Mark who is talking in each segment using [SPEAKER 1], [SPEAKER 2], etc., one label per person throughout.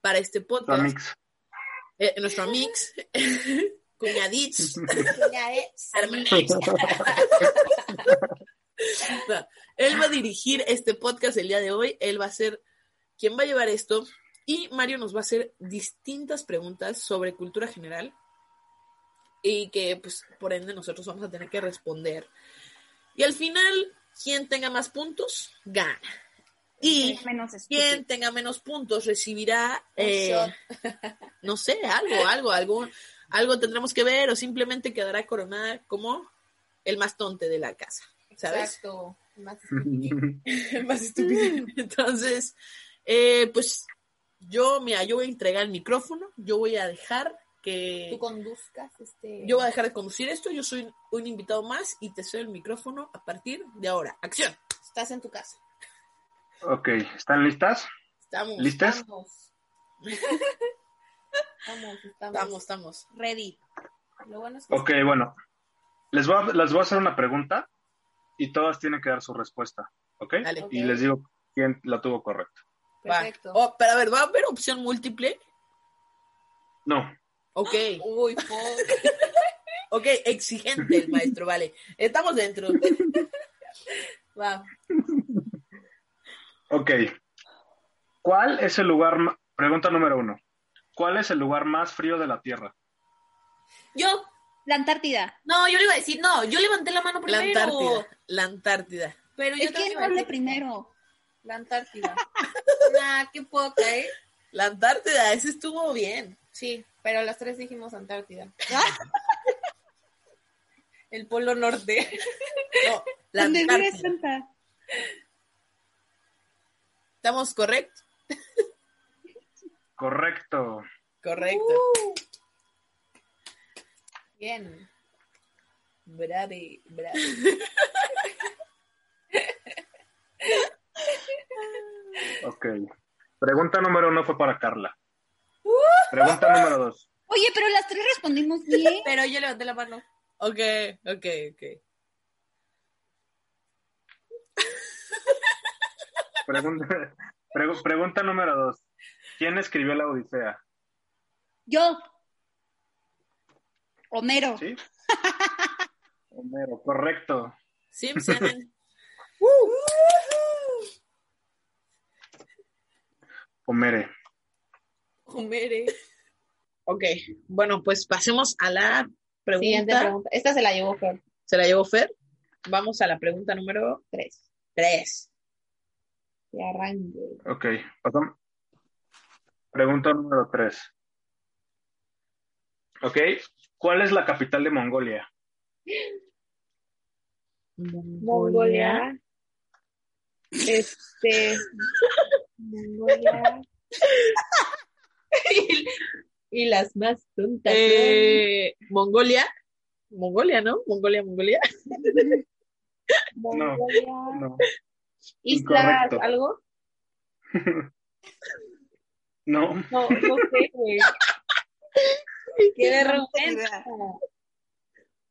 [SPEAKER 1] para este podcast.
[SPEAKER 2] Amix.
[SPEAKER 1] Eh, nuestro amix, cuñadits,
[SPEAKER 3] Ya
[SPEAKER 4] ¿eh?
[SPEAKER 3] es.
[SPEAKER 1] hermanix. No, Él va a dirigir este podcast el día de hoy. Él va a ser quien va a llevar esto. Y Mario nos va a hacer distintas preguntas sobre cultura general. Y que, pues, por ende, nosotros vamos a tener que responder. Y al final, quien tenga más puntos, gana. Y
[SPEAKER 5] menos estúpido.
[SPEAKER 1] quien tenga menos puntos recibirá, eh, no sé, algo, algo, algo, algo tendremos que ver o simplemente quedará coronada como el más tonte de la casa, ¿sabes?
[SPEAKER 3] Exacto. Más
[SPEAKER 1] El más estúpido. Entonces, eh, pues yo, mira, yo voy a entregar el micrófono, yo voy a dejar que...
[SPEAKER 3] tú conduzcas este.
[SPEAKER 1] Yo voy a dejar de conducir esto, yo soy un invitado más y te cedo el micrófono a partir de ahora. ¡Acción!
[SPEAKER 3] Estás en tu casa.
[SPEAKER 2] Ok, ¿están listas?
[SPEAKER 1] Estamos,
[SPEAKER 2] ¿Listas?
[SPEAKER 3] Vamos. Vamos, estamos.
[SPEAKER 1] estamos, estamos.
[SPEAKER 5] Ready.
[SPEAKER 3] Lo bueno es que
[SPEAKER 2] Ok, bueno. Les voy, a, les voy a hacer una pregunta y todas tienen que dar su respuesta, ¿ok?
[SPEAKER 1] Dale.
[SPEAKER 2] Y les digo quién la tuvo correcta.
[SPEAKER 1] Va.
[SPEAKER 3] perfecto.
[SPEAKER 1] Oh, pero a ver, ¿va a haber opción múltiple?
[SPEAKER 2] No,
[SPEAKER 1] Ok,
[SPEAKER 3] Uy, por...
[SPEAKER 1] ok, exigente el maestro, vale. Estamos dentro.
[SPEAKER 3] Va.
[SPEAKER 2] ok. ¿Cuál es el lugar, ma- pregunta número uno, ¿cuál es el lugar más frío de la Tierra?
[SPEAKER 6] Yo,
[SPEAKER 5] La Antártida.
[SPEAKER 6] no, yo le iba a decir, no, yo levanté la mano
[SPEAKER 1] La
[SPEAKER 6] primero.
[SPEAKER 1] Antártida. La Antártida.
[SPEAKER 6] Pero yo
[SPEAKER 5] Es
[SPEAKER 6] también
[SPEAKER 5] que
[SPEAKER 6] iba a
[SPEAKER 5] hable
[SPEAKER 6] decir-
[SPEAKER 5] primero.
[SPEAKER 3] La Antártida.
[SPEAKER 6] Ah, qué poca, ¿eh?
[SPEAKER 1] La Antártida, ese estuvo bien.
[SPEAKER 3] Sí, pero las tres dijimos Antártida. El Polo Norte.
[SPEAKER 1] No, la
[SPEAKER 5] ¿Dónde vives,
[SPEAKER 1] Antártida.
[SPEAKER 5] Santa?
[SPEAKER 1] ¿Estamos correctos?
[SPEAKER 2] Correcto.
[SPEAKER 1] Correcto.
[SPEAKER 3] Bien. Uh.
[SPEAKER 1] Brave, brave.
[SPEAKER 2] Ok. Pregunta número uno fue para Carla. Pregunta número dos.
[SPEAKER 5] Oye, pero las tres respondimos bien.
[SPEAKER 3] Pero yo levanté la mano.
[SPEAKER 1] Ok, ok, ok.
[SPEAKER 2] Pregunta, pregu- pregunta número dos. ¿Quién escribió la Odisea?
[SPEAKER 5] Yo. Homero.
[SPEAKER 2] ¿Sí? Homero, correcto.
[SPEAKER 1] Simpson. Uh.
[SPEAKER 2] Homere.
[SPEAKER 3] Homere.
[SPEAKER 1] ok, bueno, pues pasemos a la pregunta.
[SPEAKER 3] Siguiente pregunta. Esta se la llevó Fer.
[SPEAKER 1] Se la llevó Fer. Vamos a la pregunta número
[SPEAKER 3] Tres.
[SPEAKER 1] 3.
[SPEAKER 3] Y arranque.
[SPEAKER 2] Ok, pasamos. Pregunta número tres. Ok, ¿cuál es la capital de Mongolia?
[SPEAKER 3] Mongolia. Este. Mongolia. y, y las más tontas.
[SPEAKER 1] Eh, Mongolia. Mongolia, ¿no? Mongolia, Mongolia.
[SPEAKER 3] Mongolia.
[SPEAKER 2] No,
[SPEAKER 3] Islas,
[SPEAKER 2] Incorrecto.
[SPEAKER 3] algo.
[SPEAKER 2] no.
[SPEAKER 3] No, no sé, güey. Qué vergüenza.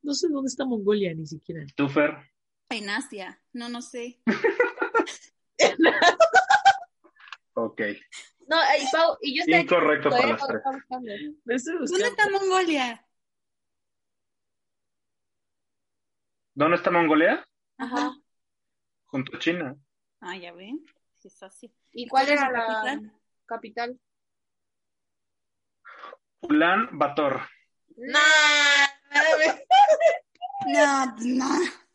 [SPEAKER 1] No sé dónde está Mongolia ni siquiera.
[SPEAKER 2] ¿Tú, Fer?
[SPEAKER 5] En Asia. No, no sé.
[SPEAKER 2] Ok.
[SPEAKER 6] No, y Pau, y yo estoy Este aquí,
[SPEAKER 2] Incorrecto para
[SPEAKER 3] Todavía
[SPEAKER 2] las tres.
[SPEAKER 3] está buscando.
[SPEAKER 1] Me estoy
[SPEAKER 2] Pues
[SPEAKER 5] ¿Dónde
[SPEAKER 1] buscando.
[SPEAKER 5] está Mongolia?
[SPEAKER 2] ¿Dónde está Mongolia?
[SPEAKER 5] Ajá.
[SPEAKER 2] Junto a China.
[SPEAKER 5] Ah, ya ven. Sí, es Asia.
[SPEAKER 3] ¿Y cuál
[SPEAKER 5] ¿Cuál es
[SPEAKER 3] era
[SPEAKER 5] la
[SPEAKER 3] la
[SPEAKER 5] capital?
[SPEAKER 3] capital?
[SPEAKER 2] Ulan Bator.
[SPEAKER 5] No, no.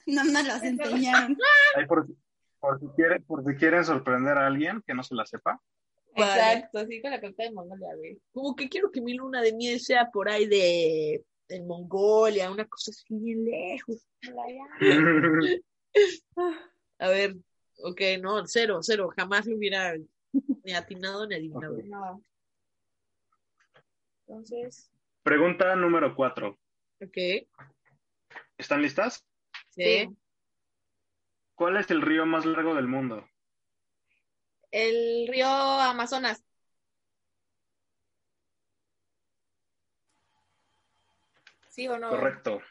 [SPEAKER 5] No me los enseñaron.
[SPEAKER 2] Ahí por, por si quiere- por si quieren sorprender a alguien que no se la sepa.
[SPEAKER 1] Vale.
[SPEAKER 3] Exacto, sí, con la capital de Mongolia, güey.
[SPEAKER 1] Como que quiero que mi luna de miel sea por ahí de en Mongolia, una cosa así bien lejos. por allá. A ver, ok, no, cero, cero. Jamás lo hubiera ni atinado ni adivinado.
[SPEAKER 2] Ok.
[SPEAKER 3] No. Entonces,
[SPEAKER 2] Pregunta número cuatro.
[SPEAKER 1] Ok,
[SPEAKER 2] ¿Están listas?
[SPEAKER 1] sí.
[SPEAKER 3] sí.
[SPEAKER 2] ¿Cuál es el río más largo del mundo?
[SPEAKER 3] el río Amazonas.
[SPEAKER 6] ¿Sí o no?
[SPEAKER 2] Correcto.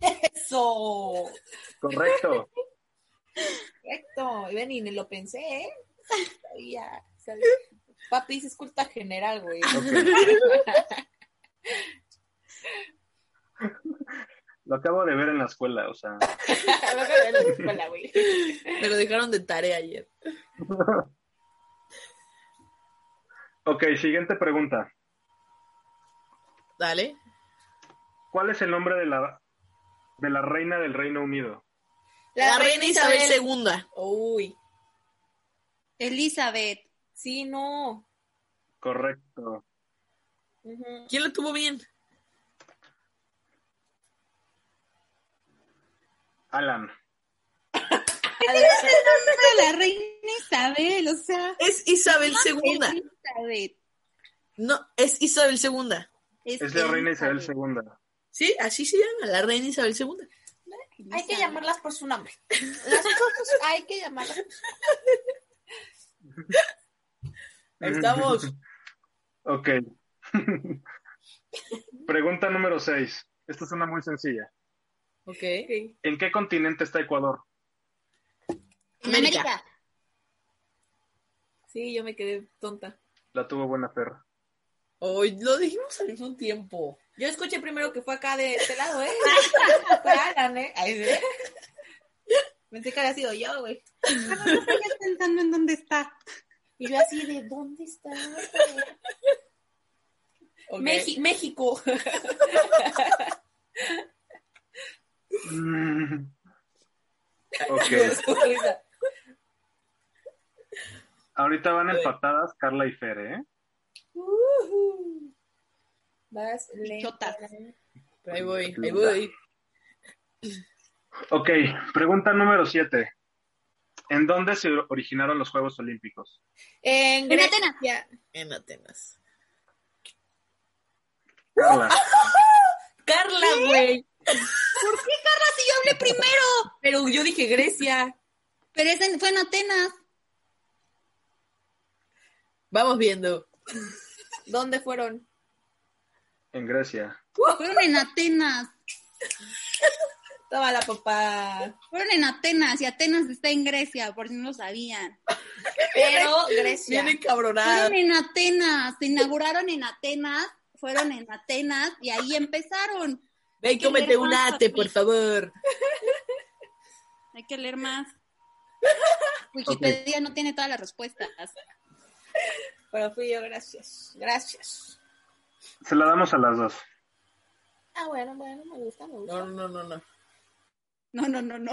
[SPEAKER 6] Eso.
[SPEAKER 2] Correcto.
[SPEAKER 6] Correcto. Y ven, y ni lo pensé, ¿eh? Sabía, sabía. Papi, es culta general, güey.
[SPEAKER 2] Ok. Lo acabo de ver en la escuela, o sea.
[SPEAKER 3] Lo acabo de ver en la escuela, güey.
[SPEAKER 1] Me lo dejaron de tarea ayer.
[SPEAKER 2] Ok, siguiente pregunta.
[SPEAKER 1] Dale.
[SPEAKER 2] ¿Cuál es el nombre de la, de la reina del Reino Unido?
[SPEAKER 1] La, reina Isabel, II.
[SPEAKER 6] Uy.
[SPEAKER 5] Elizabeth.
[SPEAKER 6] Sí, no.
[SPEAKER 2] Correcto.
[SPEAKER 6] Ujú.
[SPEAKER 1] ¿Quién lo tuvo bien?
[SPEAKER 2] Alan.
[SPEAKER 5] Pero la reina Isabel, o sea.
[SPEAKER 1] Es Isabel II.
[SPEAKER 5] Es Elizabeth.
[SPEAKER 1] No, es Isabel II.
[SPEAKER 2] Es
[SPEAKER 5] Este,
[SPEAKER 2] la reina Isabel
[SPEAKER 5] Elizabeth.
[SPEAKER 2] II.
[SPEAKER 1] Sí, así se llama, la reina Isabel II.
[SPEAKER 6] Hay que llamarlas por su nombre.
[SPEAKER 3] Las cosas hay que llamarlas.
[SPEAKER 1] Ahí estamos.
[SPEAKER 2] Ok. Pregunta número 6. Esta es una muy sencilla.
[SPEAKER 1] Ok.
[SPEAKER 2] ¿En qué continente está Ecuador?
[SPEAKER 5] En América.
[SPEAKER 1] América.
[SPEAKER 6] Sí, yo me quedé tonta.
[SPEAKER 2] La tuvo buena perra.
[SPEAKER 1] Hoy lo dijimos al mismo tiempo.
[SPEAKER 6] Yo escuché primero que fue acá de este lado, ¿eh? Fue Alan, ¿eh? Ay, sí. Pensé que había sido yo, güey.
[SPEAKER 5] Ah, no, no, ya pensando en dónde está.
[SPEAKER 6] Y yo así, ¿de dónde está?
[SPEAKER 1] Ok.
[SPEAKER 6] Meji- México.
[SPEAKER 2] Ok. Ahorita van empatadas Carla y Fer, ¿eh?
[SPEAKER 6] Ujú. Vas
[SPEAKER 5] Chotas.
[SPEAKER 6] lenta.
[SPEAKER 1] Ahí voy, ahí voy.
[SPEAKER 2] Ok. Pregunta número 7. ¿En dónde se originaron los Juegos Olímpicos?
[SPEAKER 3] En
[SPEAKER 5] En
[SPEAKER 3] Grecia.
[SPEAKER 5] Atenas.
[SPEAKER 1] En Atenas.
[SPEAKER 2] Carla.
[SPEAKER 6] Carla, güey.
[SPEAKER 5] Así yo hablé primero.
[SPEAKER 6] Pero yo dije Grecia.
[SPEAKER 5] Pero es en- fue en Atenas.
[SPEAKER 1] Vamos viendo.
[SPEAKER 3] ¿Dónde fueron?
[SPEAKER 2] En Grecia.
[SPEAKER 5] Fueron en Atenas.
[SPEAKER 6] Toma la papá.
[SPEAKER 5] Fueron en Atenas y Atenas está en Grecia, por si no lo sabían.
[SPEAKER 3] Pero Grecia.
[SPEAKER 1] Viene cabronada.
[SPEAKER 5] Fueron en Atenas, se inauguraron en Atenas, fueron en Atenas y ahí empezaron.
[SPEAKER 1] Ve y cómete un ate, por favor.
[SPEAKER 5] Hay que leer más. Wikipedia no tiene todas las respuestas.
[SPEAKER 6] Pero fui yo, gracias. Gracias.
[SPEAKER 2] Se la damos a las dos.
[SPEAKER 6] Ah, bueno, bueno, me gusta, me gusta.
[SPEAKER 1] No, no, no, no.
[SPEAKER 5] No, no, no, no.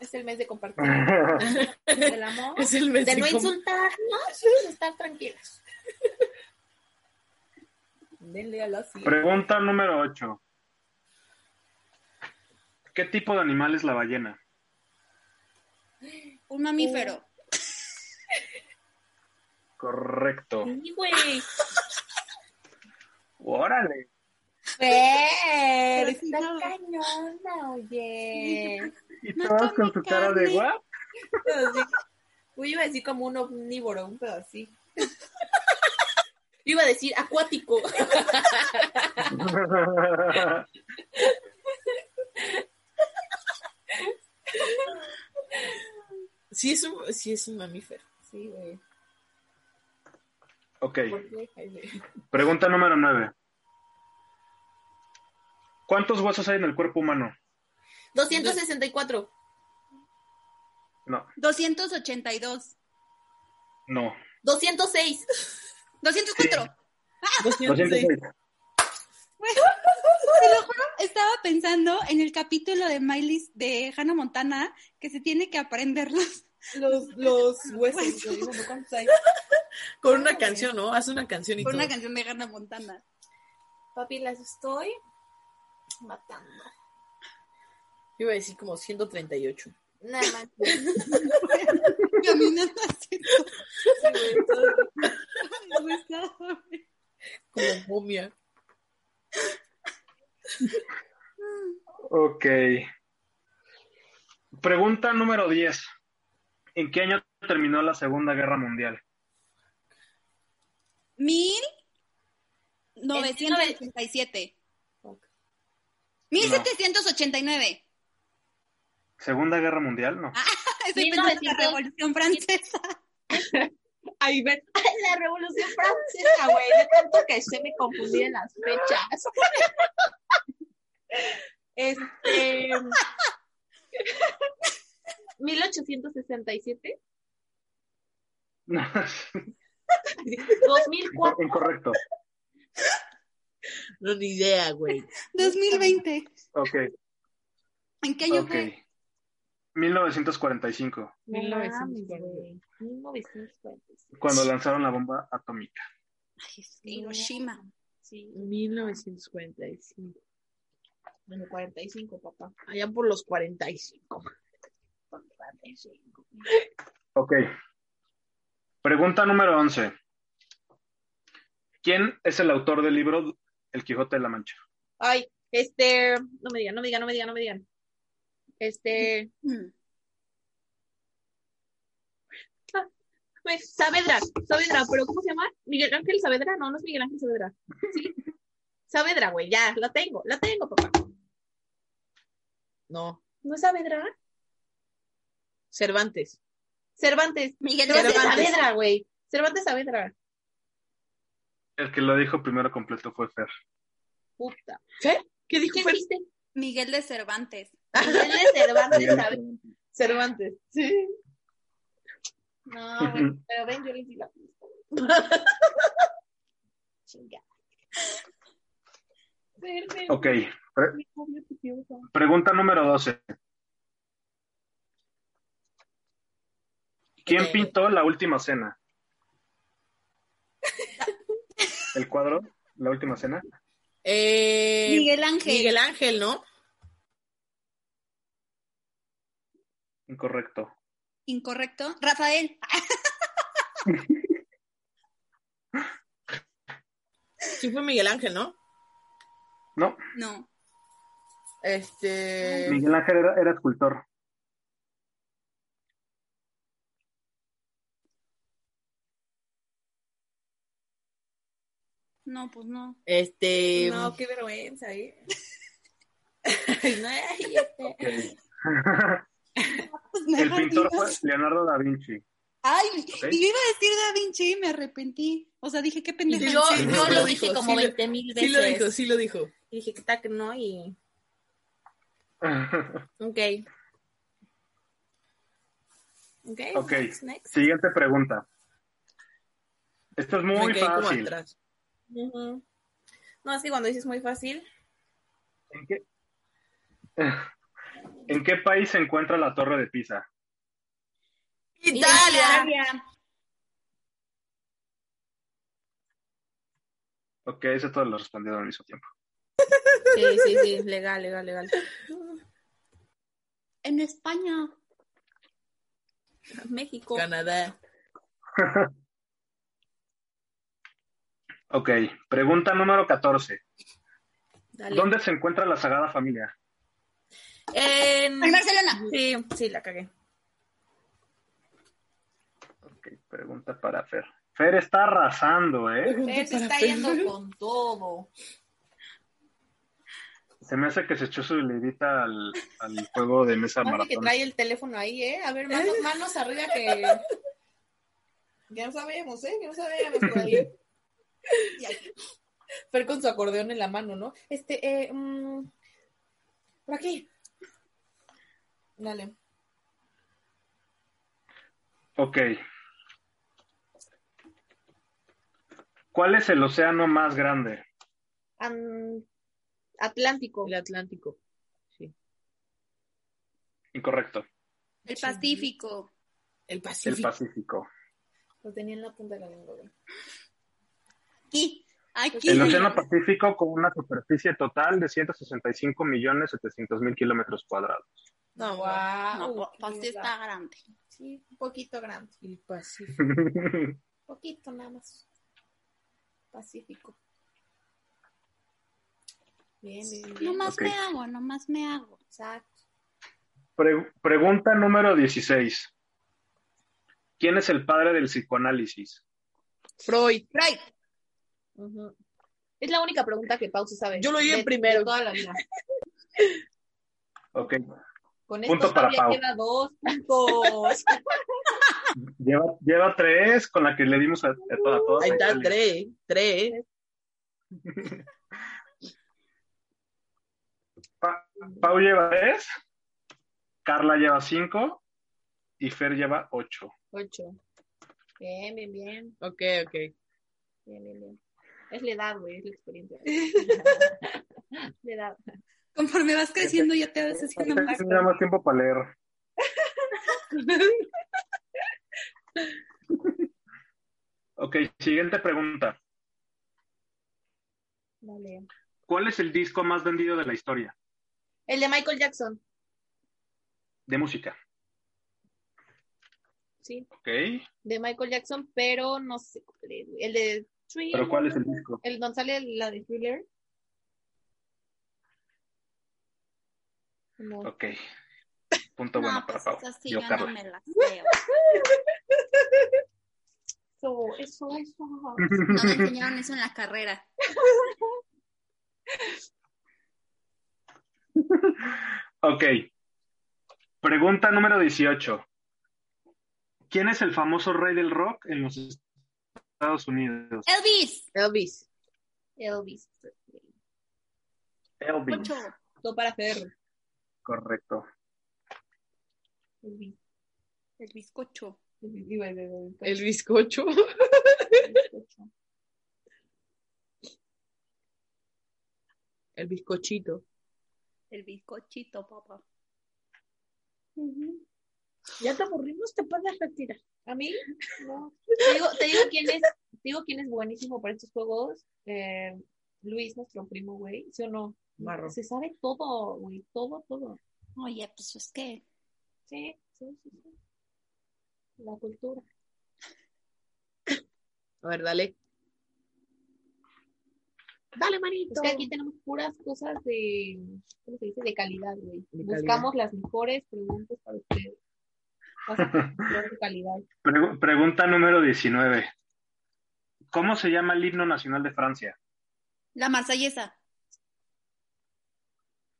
[SPEAKER 6] Es el mes de compartir el amor.
[SPEAKER 1] Es el mes
[SPEAKER 6] De no
[SPEAKER 1] de com-
[SPEAKER 6] insultarnos, de estar tranquilos. Denle a la siguiente.
[SPEAKER 2] Pregunta número 8. ¿Qué tipo de animal es la ballena?
[SPEAKER 5] Un mamífero.
[SPEAKER 2] Correcto.
[SPEAKER 6] Sí, güey.
[SPEAKER 2] Órale.
[SPEAKER 6] Pero
[SPEAKER 5] sí,
[SPEAKER 6] está
[SPEAKER 5] no.
[SPEAKER 6] cañona, oye.
[SPEAKER 2] Y
[SPEAKER 5] No
[SPEAKER 2] todas
[SPEAKER 5] come
[SPEAKER 2] con su cara de
[SPEAKER 5] carne.
[SPEAKER 2] guap.
[SPEAKER 6] Pero sí. Uy, iba a decir como un omnívoro, un pedo así.
[SPEAKER 1] Yo iba a decir acuático. Sí es un, sí es un mamífero.
[SPEAKER 7] Sí, güey.
[SPEAKER 2] ok,
[SPEAKER 7] ¿Por qué? Ay, güey.
[SPEAKER 2] pregunta número 9. ¿Cuántos huesos hay en el cuerpo humano?
[SPEAKER 1] 264.
[SPEAKER 2] No,
[SPEAKER 5] 282.
[SPEAKER 2] no.
[SPEAKER 1] 206.
[SPEAKER 5] 204.
[SPEAKER 2] 206.
[SPEAKER 5] Te lo juro, estaba pensando en el capítulo de Miley de Hannah Montana que se tiene que aprenderlos.
[SPEAKER 7] Los, los huesos, güey, bueno, ¿cuántos hay?
[SPEAKER 1] Con una canción, ¿no? Haz una canción y
[SPEAKER 5] Por una
[SPEAKER 1] todo.
[SPEAKER 5] canción de Hannah Montana.
[SPEAKER 6] Papi, las estoy matando.
[SPEAKER 1] Yo iba a decir como 138.
[SPEAKER 6] Nada más. güey.
[SPEAKER 5] Caminando así.
[SPEAKER 6] Sí, güey, todo-
[SPEAKER 5] deshuesado.
[SPEAKER 1] Como momia.
[SPEAKER 2] Ok. Pregunta número 10. ¿En qué año terminó la Segunda Guerra Mundial?
[SPEAKER 5] Mil novecientos ochenta y siete. Mil setecientos ochenta y nueve.
[SPEAKER 2] ¿Segunda Guerra Mundial?
[SPEAKER 5] Ah.
[SPEAKER 2] No.
[SPEAKER 5] Estoy pensando en la
[SPEAKER 8] 1900.
[SPEAKER 5] Revolución Francesa.
[SPEAKER 7] Ay, ven,
[SPEAKER 6] La revolución francesa, güey. De tanto que se me confundí en las fechas. Este. 1867, 2004,
[SPEAKER 2] Incorrecto.
[SPEAKER 1] No, ni idea, güey.
[SPEAKER 5] 2020.
[SPEAKER 2] Ok,
[SPEAKER 5] ¿En qué año
[SPEAKER 2] ok.
[SPEAKER 5] fue?
[SPEAKER 2] 1945,
[SPEAKER 6] 1940. 1945.
[SPEAKER 2] cuando lanzaron la bomba atómica.
[SPEAKER 5] Hiroshima.
[SPEAKER 6] Sí,
[SPEAKER 1] 1945.
[SPEAKER 7] en el 45, papá.
[SPEAKER 1] Allá por los 45.
[SPEAKER 6] 45.
[SPEAKER 2] Ok. Pregunta número 11. ¿Quién es el autor del libro El Quijote de la Mancha?
[SPEAKER 6] Ay, este, no me digan, no me digan, no me digan, no me digan. Este,
[SPEAKER 5] Mm.
[SPEAKER 6] pues, Saavedra, Saavedra, pero ¿cómo se llama? Miguel Ángel Saavedra, no, no es Miguel Ángel Saavedra. Sí. Saavedra, güey, ya, la tengo, la tengo, papá.
[SPEAKER 1] No.
[SPEAKER 6] ¿No es Saavedra?
[SPEAKER 1] Cervantes.
[SPEAKER 6] Cervantes.
[SPEAKER 5] Miguel
[SPEAKER 6] Cervantes
[SPEAKER 1] Cervantes.
[SPEAKER 6] Saavedra, güey. Cervantes Saavedra.
[SPEAKER 2] El que lo dijo primero completo fue Fer.
[SPEAKER 6] Puta.
[SPEAKER 1] ¿Qué dijo
[SPEAKER 6] ¿Quién
[SPEAKER 1] Fer?
[SPEAKER 6] viste?
[SPEAKER 5] Miguel de Cervantes.
[SPEAKER 6] Miguel de Cervantes
[SPEAKER 2] Miguel.
[SPEAKER 6] Saavedra.
[SPEAKER 1] Cervantes. Sí.
[SPEAKER 6] No, güey, pero ven, yo les di la pista. Chinga. Verde,
[SPEAKER 2] Ok. Pre-
[SPEAKER 6] mi novio precioso.
[SPEAKER 2] Pregunta número 12. ¿Quién
[SPEAKER 1] Ok.
[SPEAKER 2] pintó la última cena? ¿El cuadro? ¿La última cena?
[SPEAKER 1] Eh,
[SPEAKER 5] Miguel Ángel.
[SPEAKER 1] Miguel Ángel, ¿no?
[SPEAKER 2] Incorrecto.
[SPEAKER 5] Incorrecto. Rafael.
[SPEAKER 1] Sí fue Miguel Ángel, ¿no?
[SPEAKER 2] No,
[SPEAKER 5] No.
[SPEAKER 1] Este.
[SPEAKER 2] Miguel Ángel era, era escultor.
[SPEAKER 5] No, pues no.
[SPEAKER 6] Em,
[SPEAKER 1] Este.
[SPEAKER 7] No, qué vergüenza, ¿eh?
[SPEAKER 6] este.
[SPEAKER 5] Pues
[SPEAKER 2] El
[SPEAKER 5] mejor
[SPEAKER 2] pintor
[SPEAKER 5] digo.
[SPEAKER 2] fue Leonardo da Vinci.
[SPEAKER 5] Ay,
[SPEAKER 2] Ok.
[SPEAKER 5] y yo iba a decir Da Vinci y me arrepentí. O sea, dije, qué pendeja.
[SPEAKER 1] Y yo-
[SPEAKER 5] Sí.
[SPEAKER 1] Sí,
[SPEAKER 6] yo
[SPEAKER 1] sí
[SPEAKER 6] lo
[SPEAKER 1] lo
[SPEAKER 6] dije
[SPEAKER 1] dijo,
[SPEAKER 6] como
[SPEAKER 1] sí lo-
[SPEAKER 6] 20 mil
[SPEAKER 1] Sí
[SPEAKER 6] veces.
[SPEAKER 1] lo dijo, sí lo dijo.
[SPEAKER 6] Y dije que tac, no, y.
[SPEAKER 1] Ok.
[SPEAKER 6] Ok.
[SPEAKER 2] Ok.
[SPEAKER 6] Next, next.
[SPEAKER 2] Siguiente pregunta. Esto es muy
[SPEAKER 1] Me quedé como
[SPEAKER 2] fácil.
[SPEAKER 1] atrás.
[SPEAKER 6] Ujú. No, así cuando dices muy fácil.
[SPEAKER 2] ¿En qué, ¿En qué país se encuentra la Torre de Pisa?
[SPEAKER 1] Italia.
[SPEAKER 2] Ok, eso todos lo respondieron al mismo tiempo.
[SPEAKER 6] Sí, sí, sí. Legal, legal, legal.
[SPEAKER 5] En España.
[SPEAKER 6] México.
[SPEAKER 1] Canadá.
[SPEAKER 2] Ok, pregunta número 14.
[SPEAKER 6] Dale.
[SPEAKER 2] ¿Dónde se encuentra la Sagrada Familia?
[SPEAKER 6] En-
[SPEAKER 5] En Barcelona.
[SPEAKER 6] Sí, sí, la cagué.
[SPEAKER 2] Ok, pregunta para Fer. Fer está arrasando, ¿eh?
[SPEAKER 6] Fer se está yendo con todo.
[SPEAKER 2] Se me hace que se echó su lidita al, al juego de mesa
[SPEAKER 6] Mami que
[SPEAKER 2] maratón.
[SPEAKER 6] trae el teléfono ahí, ¿eh? A ver, manos, manos arriba que... Ya no sabemos, ¿eh? Ya no sabemos por ahí. Y ahí. Fer con su acordeón en la mano, ¿no? Este, eh... mm, por aquí. Dale.
[SPEAKER 2] Ok. ¿Cuál es el océano más grande?
[SPEAKER 3] Am- Atlántico.
[SPEAKER 1] El Atlántico.
[SPEAKER 2] Incorrecto.
[SPEAKER 5] El Pacífico.
[SPEAKER 1] El
[SPEAKER 2] El
[SPEAKER 1] Pacífico.
[SPEAKER 2] Pacífico.
[SPEAKER 6] Lo tenía en la punta de la lengua. güey.
[SPEAKER 5] Aquí. Aquí.
[SPEAKER 2] El océano Pacífico con una superficie total de 165 millones 700 mil kilómetros cuadrados.
[SPEAKER 5] No,
[SPEAKER 6] Guau,
[SPEAKER 5] no,
[SPEAKER 6] qué
[SPEAKER 5] pues sí
[SPEAKER 6] linda.
[SPEAKER 5] está grande.
[SPEAKER 6] Sí, un poquito grande.
[SPEAKER 1] El Pacífico.
[SPEAKER 6] Poquito nada más. Pacífico. Bien, bien, bien.
[SPEAKER 5] Nomás
[SPEAKER 2] Ok.
[SPEAKER 5] me hago, nomás me hago.
[SPEAKER 6] Exacto.
[SPEAKER 2] Pre- pregunta número 16. ¿Quién es el padre del psicoanálisis?
[SPEAKER 1] Freud.
[SPEAKER 3] Right. Es la única pregunta que Pau se sabe.
[SPEAKER 1] Yo lo oí en
[SPEAKER 3] De-
[SPEAKER 1] primero.
[SPEAKER 3] de toda la vida.
[SPEAKER 2] Ok,
[SPEAKER 6] Con
[SPEAKER 2] Punto para
[SPEAKER 6] todavía
[SPEAKER 2] Pau.
[SPEAKER 6] queda dos puntos.
[SPEAKER 2] lleva, lleva tres con la que le dimos a, a toda, a toda
[SPEAKER 1] Ahí
[SPEAKER 2] la
[SPEAKER 1] está,
[SPEAKER 2] Italia.
[SPEAKER 1] tres. Tres.
[SPEAKER 2] Pau lleva tres, Carla lleva cinco y Fer lleva ocho.
[SPEAKER 6] Ocho. Bien, bien, bien.
[SPEAKER 1] Ok, ok.
[SPEAKER 6] Bien, bien, bien. Es la edad, güey, es la experiencia. la edad.
[SPEAKER 5] Conforme vas creciendo ya te vas haciendo más.
[SPEAKER 2] Tenía más tiempo para leer. Ok, siguiente pregunta.
[SPEAKER 6] Dale.
[SPEAKER 2] ¿Cuál es el disco más vendido de la historia
[SPEAKER 3] El de Michael Jackson.
[SPEAKER 2] de música?
[SPEAKER 3] Sí.
[SPEAKER 2] Ok,
[SPEAKER 3] De Michael Jackson, pero no sé. cuál es, güey. El de Thriller.
[SPEAKER 2] pero ¿cuál es el disco?
[SPEAKER 3] El donde sale la de Thriller. No.
[SPEAKER 2] Ok, punto
[SPEAKER 5] No,
[SPEAKER 2] bueno para
[SPEAKER 5] pues
[SPEAKER 2] Pau.
[SPEAKER 5] esa sí
[SPEAKER 2] Yo,
[SPEAKER 5] ya no
[SPEAKER 2] Carla.
[SPEAKER 5] me la veo.
[SPEAKER 3] Eso, eso, eso.
[SPEAKER 5] No me enseñaron eso en la carrera.
[SPEAKER 2] Ok. Pregunta número 18. ¿Quién es el famoso rey del rock en los Estados Unidos?
[SPEAKER 5] Elvis.
[SPEAKER 1] Elvis.
[SPEAKER 3] Elvis.
[SPEAKER 2] Elvis.
[SPEAKER 5] Ocho.
[SPEAKER 6] Todo para hacer.
[SPEAKER 2] Correcto.
[SPEAKER 5] El bizcocho.
[SPEAKER 1] El bizcocho. El bizcochito.
[SPEAKER 5] El bizcochito, papá.
[SPEAKER 3] Ya te aburrimos, te puedes retirar. A mí, no. Te digo, te digo quién es, te digo quién es buenísimo para estos juegos. Eh, Luis, nuestro primo, güey. ¿Sí o no?
[SPEAKER 1] Marro.
[SPEAKER 3] Se sabe todo, güey. Todo, todo.
[SPEAKER 5] Oye, pues es que
[SPEAKER 3] Sí, sí, sí, sí. La cultura.
[SPEAKER 1] A ver, dale.
[SPEAKER 3] Dale, manito. Es que aquí tenemos puras cosas de, ¿cómo se dice? De calidad, güey.
[SPEAKER 1] De
[SPEAKER 3] Buscamos las mejores preguntas para ustedes. Cosas de calidad.
[SPEAKER 2] Pregu- pregunta número 19. ¿Cómo se llama el himno nacional de Francia?
[SPEAKER 5] la marsellesa.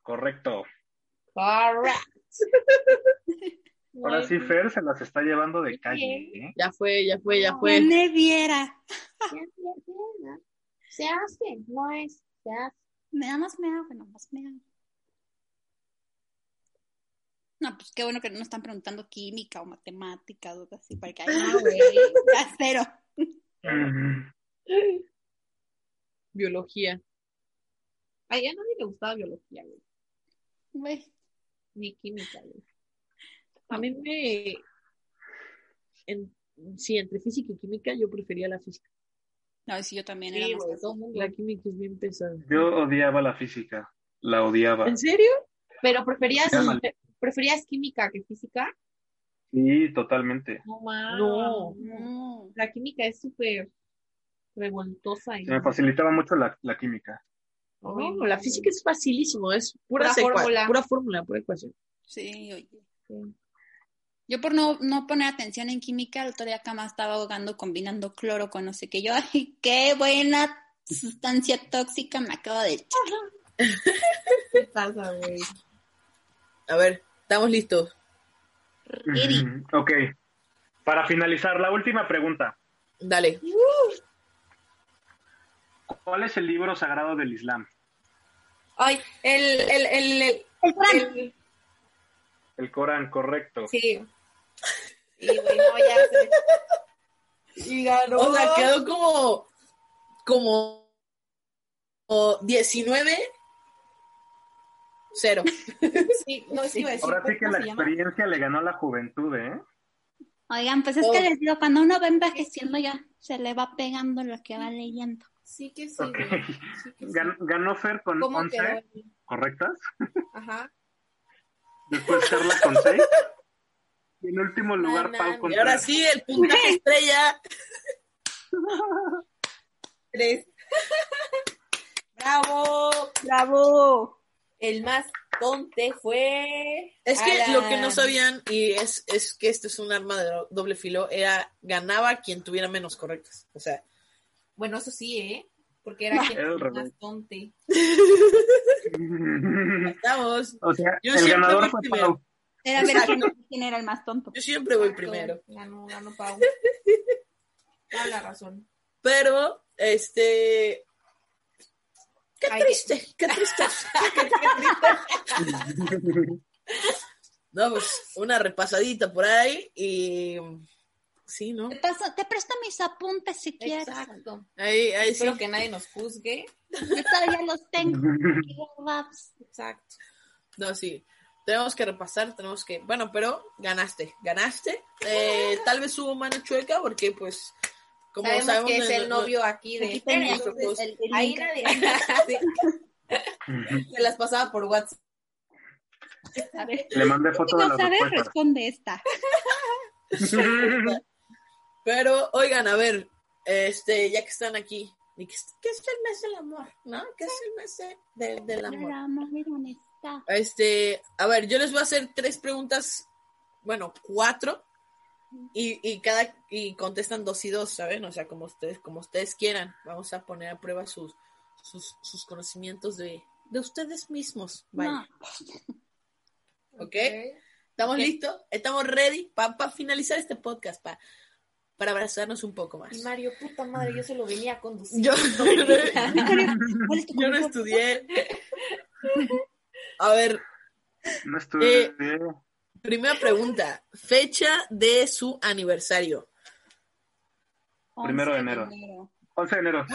[SPEAKER 2] Correcto.
[SPEAKER 3] Correct.
[SPEAKER 2] Ahora sí, Fer se las está llevando de calle. ¿eh?
[SPEAKER 1] Ya fue, ya fue, ya fue.
[SPEAKER 5] Pone viera.
[SPEAKER 3] Bien, bien, bien, ¿no? Se hace, no es, se hace.
[SPEAKER 5] Nada más me hago, nada más me hago. No, pues qué bueno que no nos están preguntando química o matemática, o algo así, para que haya
[SPEAKER 3] No, güey.
[SPEAKER 5] cero.
[SPEAKER 2] Mm.
[SPEAKER 1] Biología.
[SPEAKER 3] A ella nadie le gustaba biología, güey.
[SPEAKER 5] Güey,
[SPEAKER 3] Ni química, güey.
[SPEAKER 1] A mí me. En... Sí, entre física y química yo prefería la física.
[SPEAKER 5] No, sí, yo también
[SPEAKER 3] Sí,
[SPEAKER 5] era más.
[SPEAKER 3] güey, todo el mundo.
[SPEAKER 1] La química es bien pesada.
[SPEAKER 2] Yo odiaba la física. La odiaba.
[SPEAKER 1] ¿En serio?
[SPEAKER 3] Pero preferías,
[SPEAKER 2] Ya, mal.
[SPEAKER 3] preferías química que física.
[SPEAKER 2] Sí, totalmente.
[SPEAKER 3] No mames.
[SPEAKER 1] No.
[SPEAKER 5] No.
[SPEAKER 3] La química es súper revoltosa. Y
[SPEAKER 2] Se me facilitaba mucho la, la química.
[SPEAKER 1] No, la física es facilísimo, es pura,
[SPEAKER 3] Pura
[SPEAKER 1] secua-
[SPEAKER 3] fórmula.
[SPEAKER 1] pura fórmula, pura ecuación.
[SPEAKER 5] Sí, oye. Yo por no, no poner atención en química, el otro día acá más estaba ahogando combinando cloro con no sé qué. Yo, ay, qué buena sustancia tóxica me acabo de echar.
[SPEAKER 6] ¿Qué pasa, güey?
[SPEAKER 1] A ver, estamos listos.
[SPEAKER 4] Ready.
[SPEAKER 2] Ujú, Ok. Para finalizar, la última pregunta.
[SPEAKER 1] Dale.
[SPEAKER 2] ¿Cuál es el libro sagrado del Islam?
[SPEAKER 6] Ay, el, el, el, el, el-
[SPEAKER 2] El Corán, correcto.
[SPEAKER 6] sí. Y güey, no, ya sé. Y ganó.
[SPEAKER 1] O sea, quedó como. Como. como 19. Cero.
[SPEAKER 6] Sí, no, sí iba a decir,
[SPEAKER 2] Ahora sí que
[SPEAKER 6] ¿cómo
[SPEAKER 2] la
[SPEAKER 6] se llama?
[SPEAKER 2] experiencia le ganó a la juventud, ¿eh?
[SPEAKER 5] Oigan, pues es
[SPEAKER 1] Oh.
[SPEAKER 5] que les digo, cuando uno va envejeciendo ya se le va pegando lo que va leyendo.
[SPEAKER 6] Sí que sí,
[SPEAKER 2] Ok.
[SPEAKER 6] güey. Sí que sí.
[SPEAKER 2] Gan- ganó Fer con
[SPEAKER 6] ¿Cómo
[SPEAKER 2] 11
[SPEAKER 6] quedó?
[SPEAKER 2] correctas.
[SPEAKER 6] Ajá.
[SPEAKER 2] Después Carla con 6. Y en último lugar,
[SPEAKER 6] Manan.
[SPEAKER 2] Pau con
[SPEAKER 1] Y ahora
[SPEAKER 2] tres.
[SPEAKER 1] sí, el puntaje estrella.
[SPEAKER 6] Tres. ¡Bravo!
[SPEAKER 9] ¡Bravo!
[SPEAKER 6] El más tonte fue...
[SPEAKER 1] Es que
[SPEAKER 6] Alan.
[SPEAKER 1] lo que no sabían, y es, es que esto es un arma de do- doble filo, era ganaba quien tuviera menos correctas. O sea,
[SPEAKER 6] Bueno, eso sí, ¿eh? Porque era quien
[SPEAKER 2] El
[SPEAKER 6] era
[SPEAKER 2] revés.
[SPEAKER 6] más tonte.
[SPEAKER 1] estamos.
[SPEAKER 2] o sea,
[SPEAKER 1] Yo
[SPEAKER 2] el
[SPEAKER 1] siempre
[SPEAKER 2] ganador
[SPEAKER 1] voy
[SPEAKER 2] fue
[SPEAKER 1] primero.
[SPEAKER 2] Pau.
[SPEAKER 5] Era ver quién, quién era el más tonto.
[SPEAKER 1] Yo siempre voy primero.
[SPEAKER 6] Ganó, ganó Pau. Toda la razón.
[SPEAKER 1] Pero, este. Qué
[SPEAKER 6] Ay,
[SPEAKER 1] triste, qué triste. No, pues una repasadita por ahí y. Sí, ¿no?
[SPEAKER 5] Te, paso- te presto mis apuntes si quieres.
[SPEAKER 6] Exacto.
[SPEAKER 1] Ahí, ahí sí.
[SPEAKER 6] Espero que nadie nos juzgue.
[SPEAKER 5] Yo todavía los tengo. aquí guardados.
[SPEAKER 6] Exacto.
[SPEAKER 1] No, sí. Tenemos que repasar, tenemos que. Bueno, pero ganaste, ganaste. Eh, tal vez hubo mano chueca porque, pues, como
[SPEAKER 6] sabemos,
[SPEAKER 1] sabemos,
[SPEAKER 6] que es
[SPEAKER 1] no-
[SPEAKER 6] el
[SPEAKER 1] no-
[SPEAKER 6] novio aquí de...
[SPEAKER 5] Aquí tenía
[SPEAKER 6] Entonces,
[SPEAKER 5] el- el
[SPEAKER 6] ahí
[SPEAKER 5] link.
[SPEAKER 6] nadie... Se las pasaba por WhatsApp.
[SPEAKER 5] A ver,
[SPEAKER 2] Le mandé
[SPEAKER 5] si
[SPEAKER 2] foto de
[SPEAKER 5] no
[SPEAKER 2] las
[SPEAKER 5] sabes,
[SPEAKER 2] respuestas.
[SPEAKER 5] responde esta.
[SPEAKER 1] Pero, oigan, a ver, este, ya que están aquí, ¿y ¿qué es, qué es el mes del amor? ¿No? ¿Qué es el mes de- de- del amor?
[SPEAKER 5] La madre honesta.
[SPEAKER 1] Este, a ver, yo les voy a hacer tres preguntas, bueno, cuatro, y, y cada, y contestan dos y dos, ¿saben? O sea, como ustedes, como ustedes quieran. Vamos a poner a prueba sus, sus, sus conocimientos de, de ustedes mismos. Vaya. ¿Ok?
[SPEAKER 6] ¿eh?
[SPEAKER 1] ¿Estamos
[SPEAKER 6] Ok.
[SPEAKER 1] listos? ¿Estamos ready para finalizar este podcast? pa- para abrazarnos un poco más.
[SPEAKER 6] Y Mario, puta madre, yo se lo venía a conducir.
[SPEAKER 1] Yo,
[SPEAKER 5] ¿Cuál es tu
[SPEAKER 1] yo no
[SPEAKER 5] concurso?
[SPEAKER 1] estudié. A ver,
[SPEAKER 2] No estuve.
[SPEAKER 1] primera pregunta. Fecha de su aniversario.
[SPEAKER 2] Primero de
[SPEAKER 5] 11
[SPEAKER 2] enero. 11 de enero.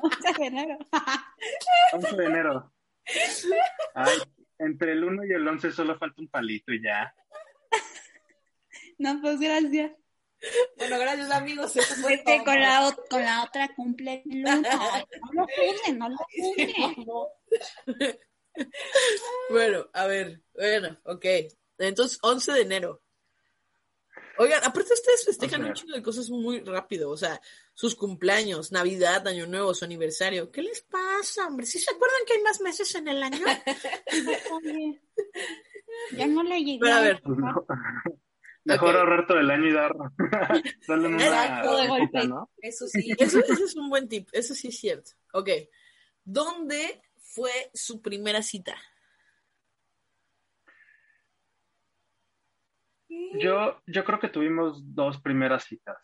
[SPEAKER 5] 11 de enero.
[SPEAKER 2] 11 de enero. Ay, entre el 1 y el 11 solo falta un palito y ya.
[SPEAKER 5] No, pues gracias.
[SPEAKER 6] Bueno, gracias, amigos. Eso fue
[SPEAKER 5] Pues que
[SPEAKER 6] todo.
[SPEAKER 5] con la, ot- con la otra cumple el uno. No lo juzguen, no lo juzguen.
[SPEAKER 1] Bueno, a ver, bueno, ok. Entonces, 11 de enero. Oigan, aparte ustedes festejan
[SPEAKER 2] 11 de
[SPEAKER 1] un
[SPEAKER 2] enero.
[SPEAKER 1] chingo de cosas muy rápido, o sea, sus cumpleaños, Navidad, Año Nuevo, su aniversario. ¿Qué les pasa, hombre? ¿Sí se acuerdan que hay más meses en el año?
[SPEAKER 5] Oye, Yo no le llegué.
[SPEAKER 1] Pero a ver,
[SPEAKER 2] Pues no.
[SPEAKER 1] Ok.
[SPEAKER 2] Mejor ahorrar todo el año y dar. Darle una.
[SPEAKER 6] Exacto, de
[SPEAKER 2] cosita,
[SPEAKER 5] golpe.
[SPEAKER 2] ¿no?
[SPEAKER 6] Eso sí.
[SPEAKER 1] eso, eso es un buen tip, eso sí es cierto. Ok, ¿dónde fue su primera cita?
[SPEAKER 2] Yo, yo creo que tuvimos dos primeras citas.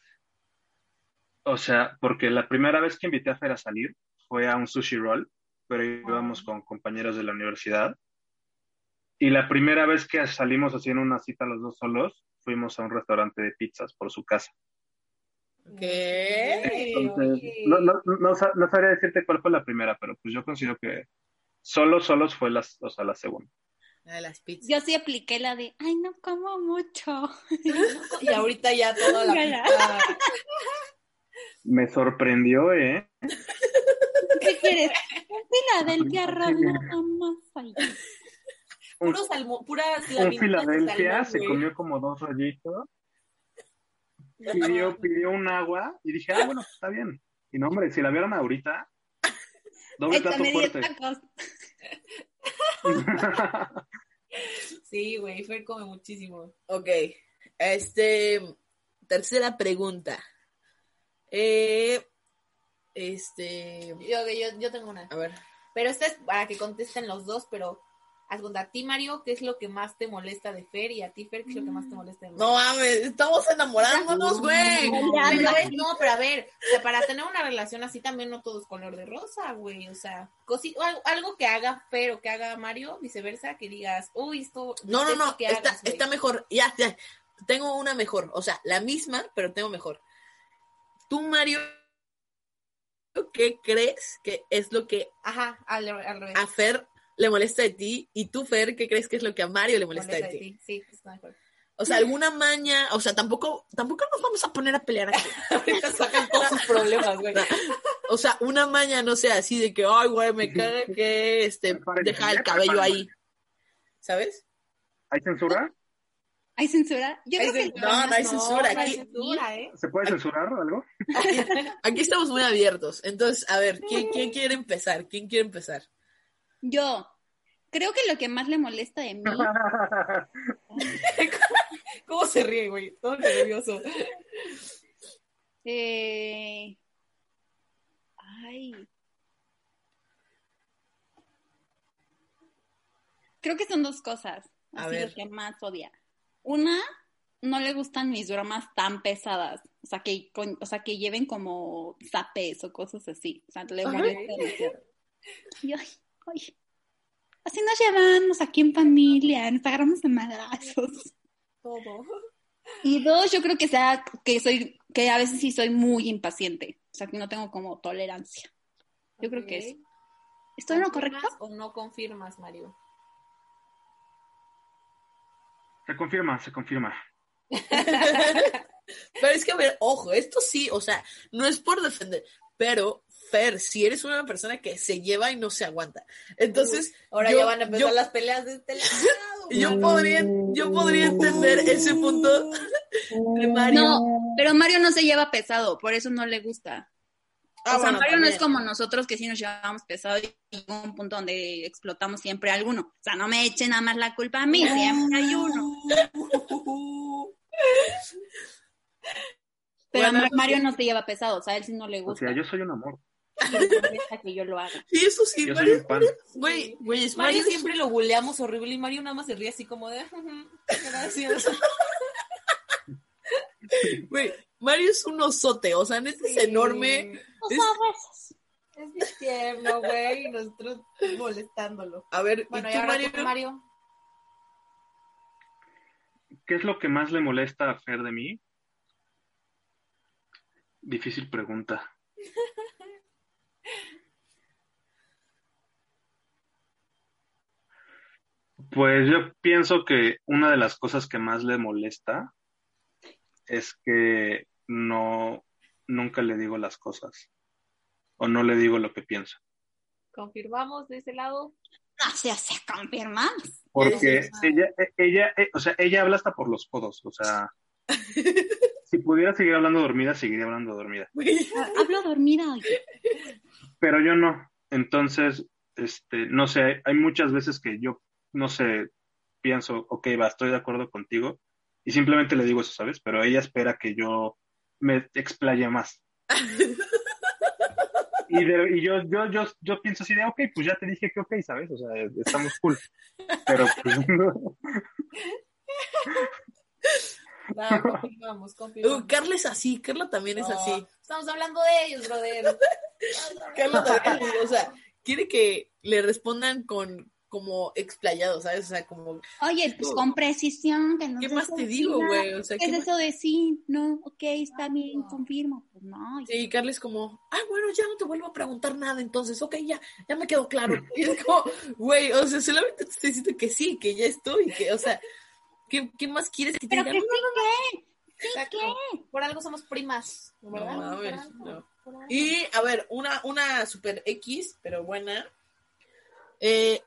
[SPEAKER 2] O sea, porque la primera vez que invité a Fer a salir fue a un sushi roll, pero íbamos con compañeros de la universidad. Y la primera vez que salimos haciendo una cita los dos solos, fuimos a un restaurante de pizzas por su casa.
[SPEAKER 1] ¿Qué?
[SPEAKER 2] Entonces, no, no, no sa- no sabría decirte cuál fue la primera, pero pues yo considero que solo solos fue las, o sea, la segunda.
[SPEAKER 1] La de las pizzas.
[SPEAKER 5] Yo sí apliqué la de, ay, no como mucho.
[SPEAKER 6] Y ahorita ya toda la
[SPEAKER 5] Mírala.
[SPEAKER 6] pista-
[SPEAKER 2] Me sorprendió, ¿eh?
[SPEAKER 5] ¿Qué quieres? Un Filadelfia Roll, nada más ahí.
[SPEAKER 2] Un,
[SPEAKER 6] puros salmo- puras
[SPEAKER 2] un
[SPEAKER 6] laminitas de
[SPEAKER 2] Filadelfia
[SPEAKER 6] salmón,
[SPEAKER 2] se
[SPEAKER 6] güey.
[SPEAKER 2] comió como dos rollitos,
[SPEAKER 6] No,
[SPEAKER 2] pidió, pidió un agua y dije, ah, bueno, está bien. Y no, hombre, si la vieron ahorita, doble plato
[SPEAKER 5] Échame 10
[SPEAKER 2] fuerte.
[SPEAKER 5] tacos.
[SPEAKER 6] sí, Sí, güey, Fer come muchísimo.
[SPEAKER 1] Ok. Este, tercera pregunta. Eh, este,
[SPEAKER 6] Yo, yo, yo tengo una.
[SPEAKER 1] a ver.
[SPEAKER 6] Pero esta es para que contesten los dos, pero haz cuenta, a ti, Mario, ¿qué es lo que más te molesta de Fer? Y a ti, Fer, ¿qué es lo que más te molesta de Mario?
[SPEAKER 1] No mames, estamos enamorándonos, güey.
[SPEAKER 6] Pero es- no, pero a ver, o sea, para tener una relación así también no todo es color de rosa, güey. O sea, cosi- o algo, algo que haga Fer o que haga Mario, viceversa, que digas, uy, esto.
[SPEAKER 1] No, no,
[SPEAKER 6] esto
[SPEAKER 1] no,
[SPEAKER 6] que
[SPEAKER 1] está,
[SPEAKER 6] hagas, güey".
[SPEAKER 1] está mejor. Ya, ya, tengo una mejor. O sea, la misma, pero tengo mejor. Tú, Mario, ¿qué crees que es lo que
[SPEAKER 6] Ajá, al, al revés.
[SPEAKER 1] a Fer le molesta de ti? Y tú, Fer, ¿qué crees que es lo que a Mario le molesta,
[SPEAKER 6] Molesta
[SPEAKER 1] de ti?
[SPEAKER 6] ti. Sí, está mejor.
[SPEAKER 1] O sea, alguna maña, o sea, tampoco, tampoco nos vamos a poner a pelear aquí.
[SPEAKER 6] Ahorita sacan todos sus problemas, güey.
[SPEAKER 1] O sea, una maña, no sea así de que, ay, güey, me caga que este,
[SPEAKER 2] Prepárense,
[SPEAKER 1] deja el
[SPEAKER 2] ya
[SPEAKER 1] cabello
[SPEAKER 2] prepárense.
[SPEAKER 1] ahí. ¿Sabes?
[SPEAKER 2] ¿Hay censura?
[SPEAKER 5] ¿Hay censura? Yo
[SPEAKER 1] Hay
[SPEAKER 5] creo que
[SPEAKER 1] censura. No, no hay censura
[SPEAKER 6] no hay
[SPEAKER 1] aquí.
[SPEAKER 6] censura, ¿eh?
[SPEAKER 2] ¿Se puede censurar algo?
[SPEAKER 1] Aquí estamos muy abiertos. Entonces, a ver, ¿quién, quién quiere empezar? ¿Quién quiere empezar?
[SPEAKER 5] yo creo que lo que más le molesta de mí
[SPEAKER 6] ¿Cómo se ríe, güey? Todo nervioso.
[SPEAKER 5] Eh, Ay. Creo que son dos cosas.
[SPEAKER 1] A
[SPEAKER 5] así lo
[SPEAKER 1] ver.
[SPEAKER 5] que más odia. Una, no le gustan mis bromas tan pesadas. O sea, que, con- o sea, que lleven como zapes o cosas así. O sea, le
[SPEAKER 1] Ajá.
[SPEAKER 5] molesta demasiado. Y, ay, ay. Así nos llevamos aquí en familia, nos agarramos a madrazos.
[SPEAKER 6] Todo.
[SPEAKER 5] Y dos, yo creo que sea que soy, que a veces sí soy muy impaciente. O sea, que no tengo como tolerancia. Yo creo que es. ¿Estoy en lo correcto?
[SPEAKER 6] ¿Confirmas o no confirmas, Mario?
[SPEAKER 2] Se confirma, se confirma.
[SPEAKER 1] Pero es que, a ver, ojo, esto sí, o sea, no es por defender, pero Fer, si eres una persona que se lleva y no se aguanta. Entonces,
[SPEAKER 6] Ahora
[SPEAKER 1] yo-
[SPEAKER 6] ya van a empezar
[SPEAKER 1] yo-
[SPEAKER 6] las peleas de este lado. güey.
[SPEAKER 1] yo podría, yo podría entender ese punto de Mario.
[SPEAKER 5] No, pero Mario no se lleva pesado, por eso no le gusta.
[SPEAKER 1] Ah,
[SPEAKER 5] o sea,
[SPEAKER 1] bueno,
[SPEAKER 5] Mario no
[SPEAKER 1] también.
[SPEAKER 5] es como nosotros que sí nos llevamos pesado y llega un punto donde explotamos siempre a alguno. O sea, no me echen nada más la culpa a mí, siempre hay uno. Pero
[SPEAKER 1] Bueno,
[SPEAKER 5] Mar-
[SPEAKER 1] eso
[SPEAKER 5] Mario no se lleva pesado, o sea, a él sí no le
[SPEAKER 2] O
[SPEAKER 5] gusta.
[SPEAKER 2] sea, yo soy un amor.
[SPEAKER 5] Y le molesta que yo lo haga.
[SPEAKER 1] Sí, eso sí,
[SPEAKER 2] Yo soy
[SPEAKER 1] Mario.
[SPEAKER 2] un pan.
[SPEAKER 1] Güey, güey, es
[SPEAKER 6] Mario
[SPEAKER 1] Mario.
[SPEAKER 6] siempre lo buleamos horrible y Mario nada más se ríe así como de. "Ujú, Gracias.
[SPEAKER 1] Güey, Mario es un osote, o sea, neta es enorme. Es-
[SPEAKER 6] Es bien tierno, güey, y nosotros molestándolo.
[SPEAKER 1] A ver,
[SPEAKER 6] Bueno,
[SPEAKER 1] ¿y
[SPEAKER 6] y
[SPEAKER 1] tú,
[SPEAKER 6] ahora
[SPEAKER 1] Mario?
[SPEAKER 6] tú, Mario.
[SPEAKER 2] ¿Qué es lo que más le molesta a Fer de mí? Difícil pregunta. Pues yo pienso que una de las cosas que más le molesta es que no, nunca le digo las cosas o no le digo lo que pienso.
[SPEAKER 6] Confirmamos de ese lado.
[SPEAKER 1] Ah,
[SPEAKER 5] No se hace confirmar.
[SPEAKER 2] Porque ella, e- ella, e- o sea, ella habla hasta por los codos, o sea, si pudiera seguir hablando dormida, seguiría hablando dormida,
[SPEAKER 5] Hablo dormida, oye.
[SPEAKER 2] pero yo no. Entonces, este, no sé, hay muchas veces que yo, no sé, pienso, ok, va, estoy de acuerdo contigo, y simplemente le digo eso, ¿sabes? Pero ella espera que yo me explaye más. Y, de- y yo, yo, yo, yo pienso así de, ok, pues ya te dije que ok, ¿sabes? O sea, estamos cool. Pero pues, no.
[SPEAKER 6] Nada, confirmamos, confirmamos.
[SPEAKER 1] Uh, Carla es así, Carla también es
[SPEAKER 6] No,
[SPEAKER 1] así.
[SPEAKER 6] Estamos hablando de ellos, brother.
[SPEAKER 1] Carla también, o sea, quiere que le respondan con como explayado, ¿sabes? O sea, como,
[SPEAKER 5] Oye, pues con precisión. Que no
[SPEAKER 1] ¿qué
[SPEAKER 5] se
[SPEAKER 1] más
[SPEAKER 5] hace
[SPEAKER 1] te digo,
[SPEAKER 5] nada.
[SPEAKER 1] güey? O sea,
[SPEAKER 5] ¿Qué
[SPEAKER 1] ¿qué
[SPEAKER 5] es
[SPEAKER 1] más?
[SPEAKER 5] eso de sí? No, ok, está bien, confirmo. Pues no, y-
[SPEAKER 1] Sí, Carla es como, ah, bueno, ya no te vuelvo a preguntar nada, entonces, ok, ya, ya me quedó claro. Y es como, güey, o sea, solamente te estoy diciendo que sí, que ya estoy, que, o sea, ¿qué, qué más quieres que te
[SPEAKER 5] pero
[SPEAKER 1] diga?
[SPEAKER 5] que sí, ¿qué?
[SPEAKER 6] Exacto. Por algo somos primas, ¿verdad?
[SPEAKER 1] No,
[SPEAKER 6] Por
[SPEAKER 1] mames,
[SPEAKER 6] algo,
[SPEAKER 1] no.
[SPEAKER 6] por algo.
[SPEAKER 1] Y a ver, una, una super X, pero buena. Eh,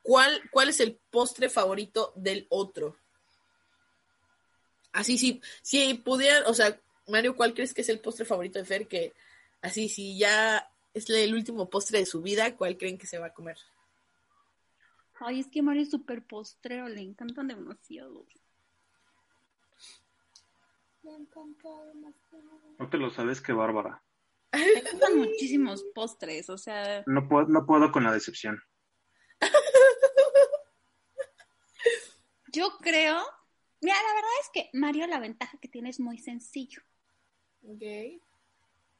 [SPEAKER 1] ¿cuál, ¿Cuál es el postre favorito del otro? Así sí, si pudieran, o sea, Mario, ¿cuál crees que es el postre favorito de Fer? Que así si ya es el último postre de su vida, ¿cuál creen que se va a comer?
[SPEAKER 5] Ay, es que Mario es súper postrero, le encantan demasiado.
[SPEAKER 6] Me encanta demasiado.
[SPEAKER 2] No te lo sabes que Bárbara.
[SPEAKER 5] Me encantan muchísimos postres, o sea,
[SPEAKER 2] No puedo, no puedo con la decepción.
[SPEAKER 5] yo creo. Mira, la verdad es que Mario la ventaja que tiene es muy sencillo.
[SPEAKER 6] Ok.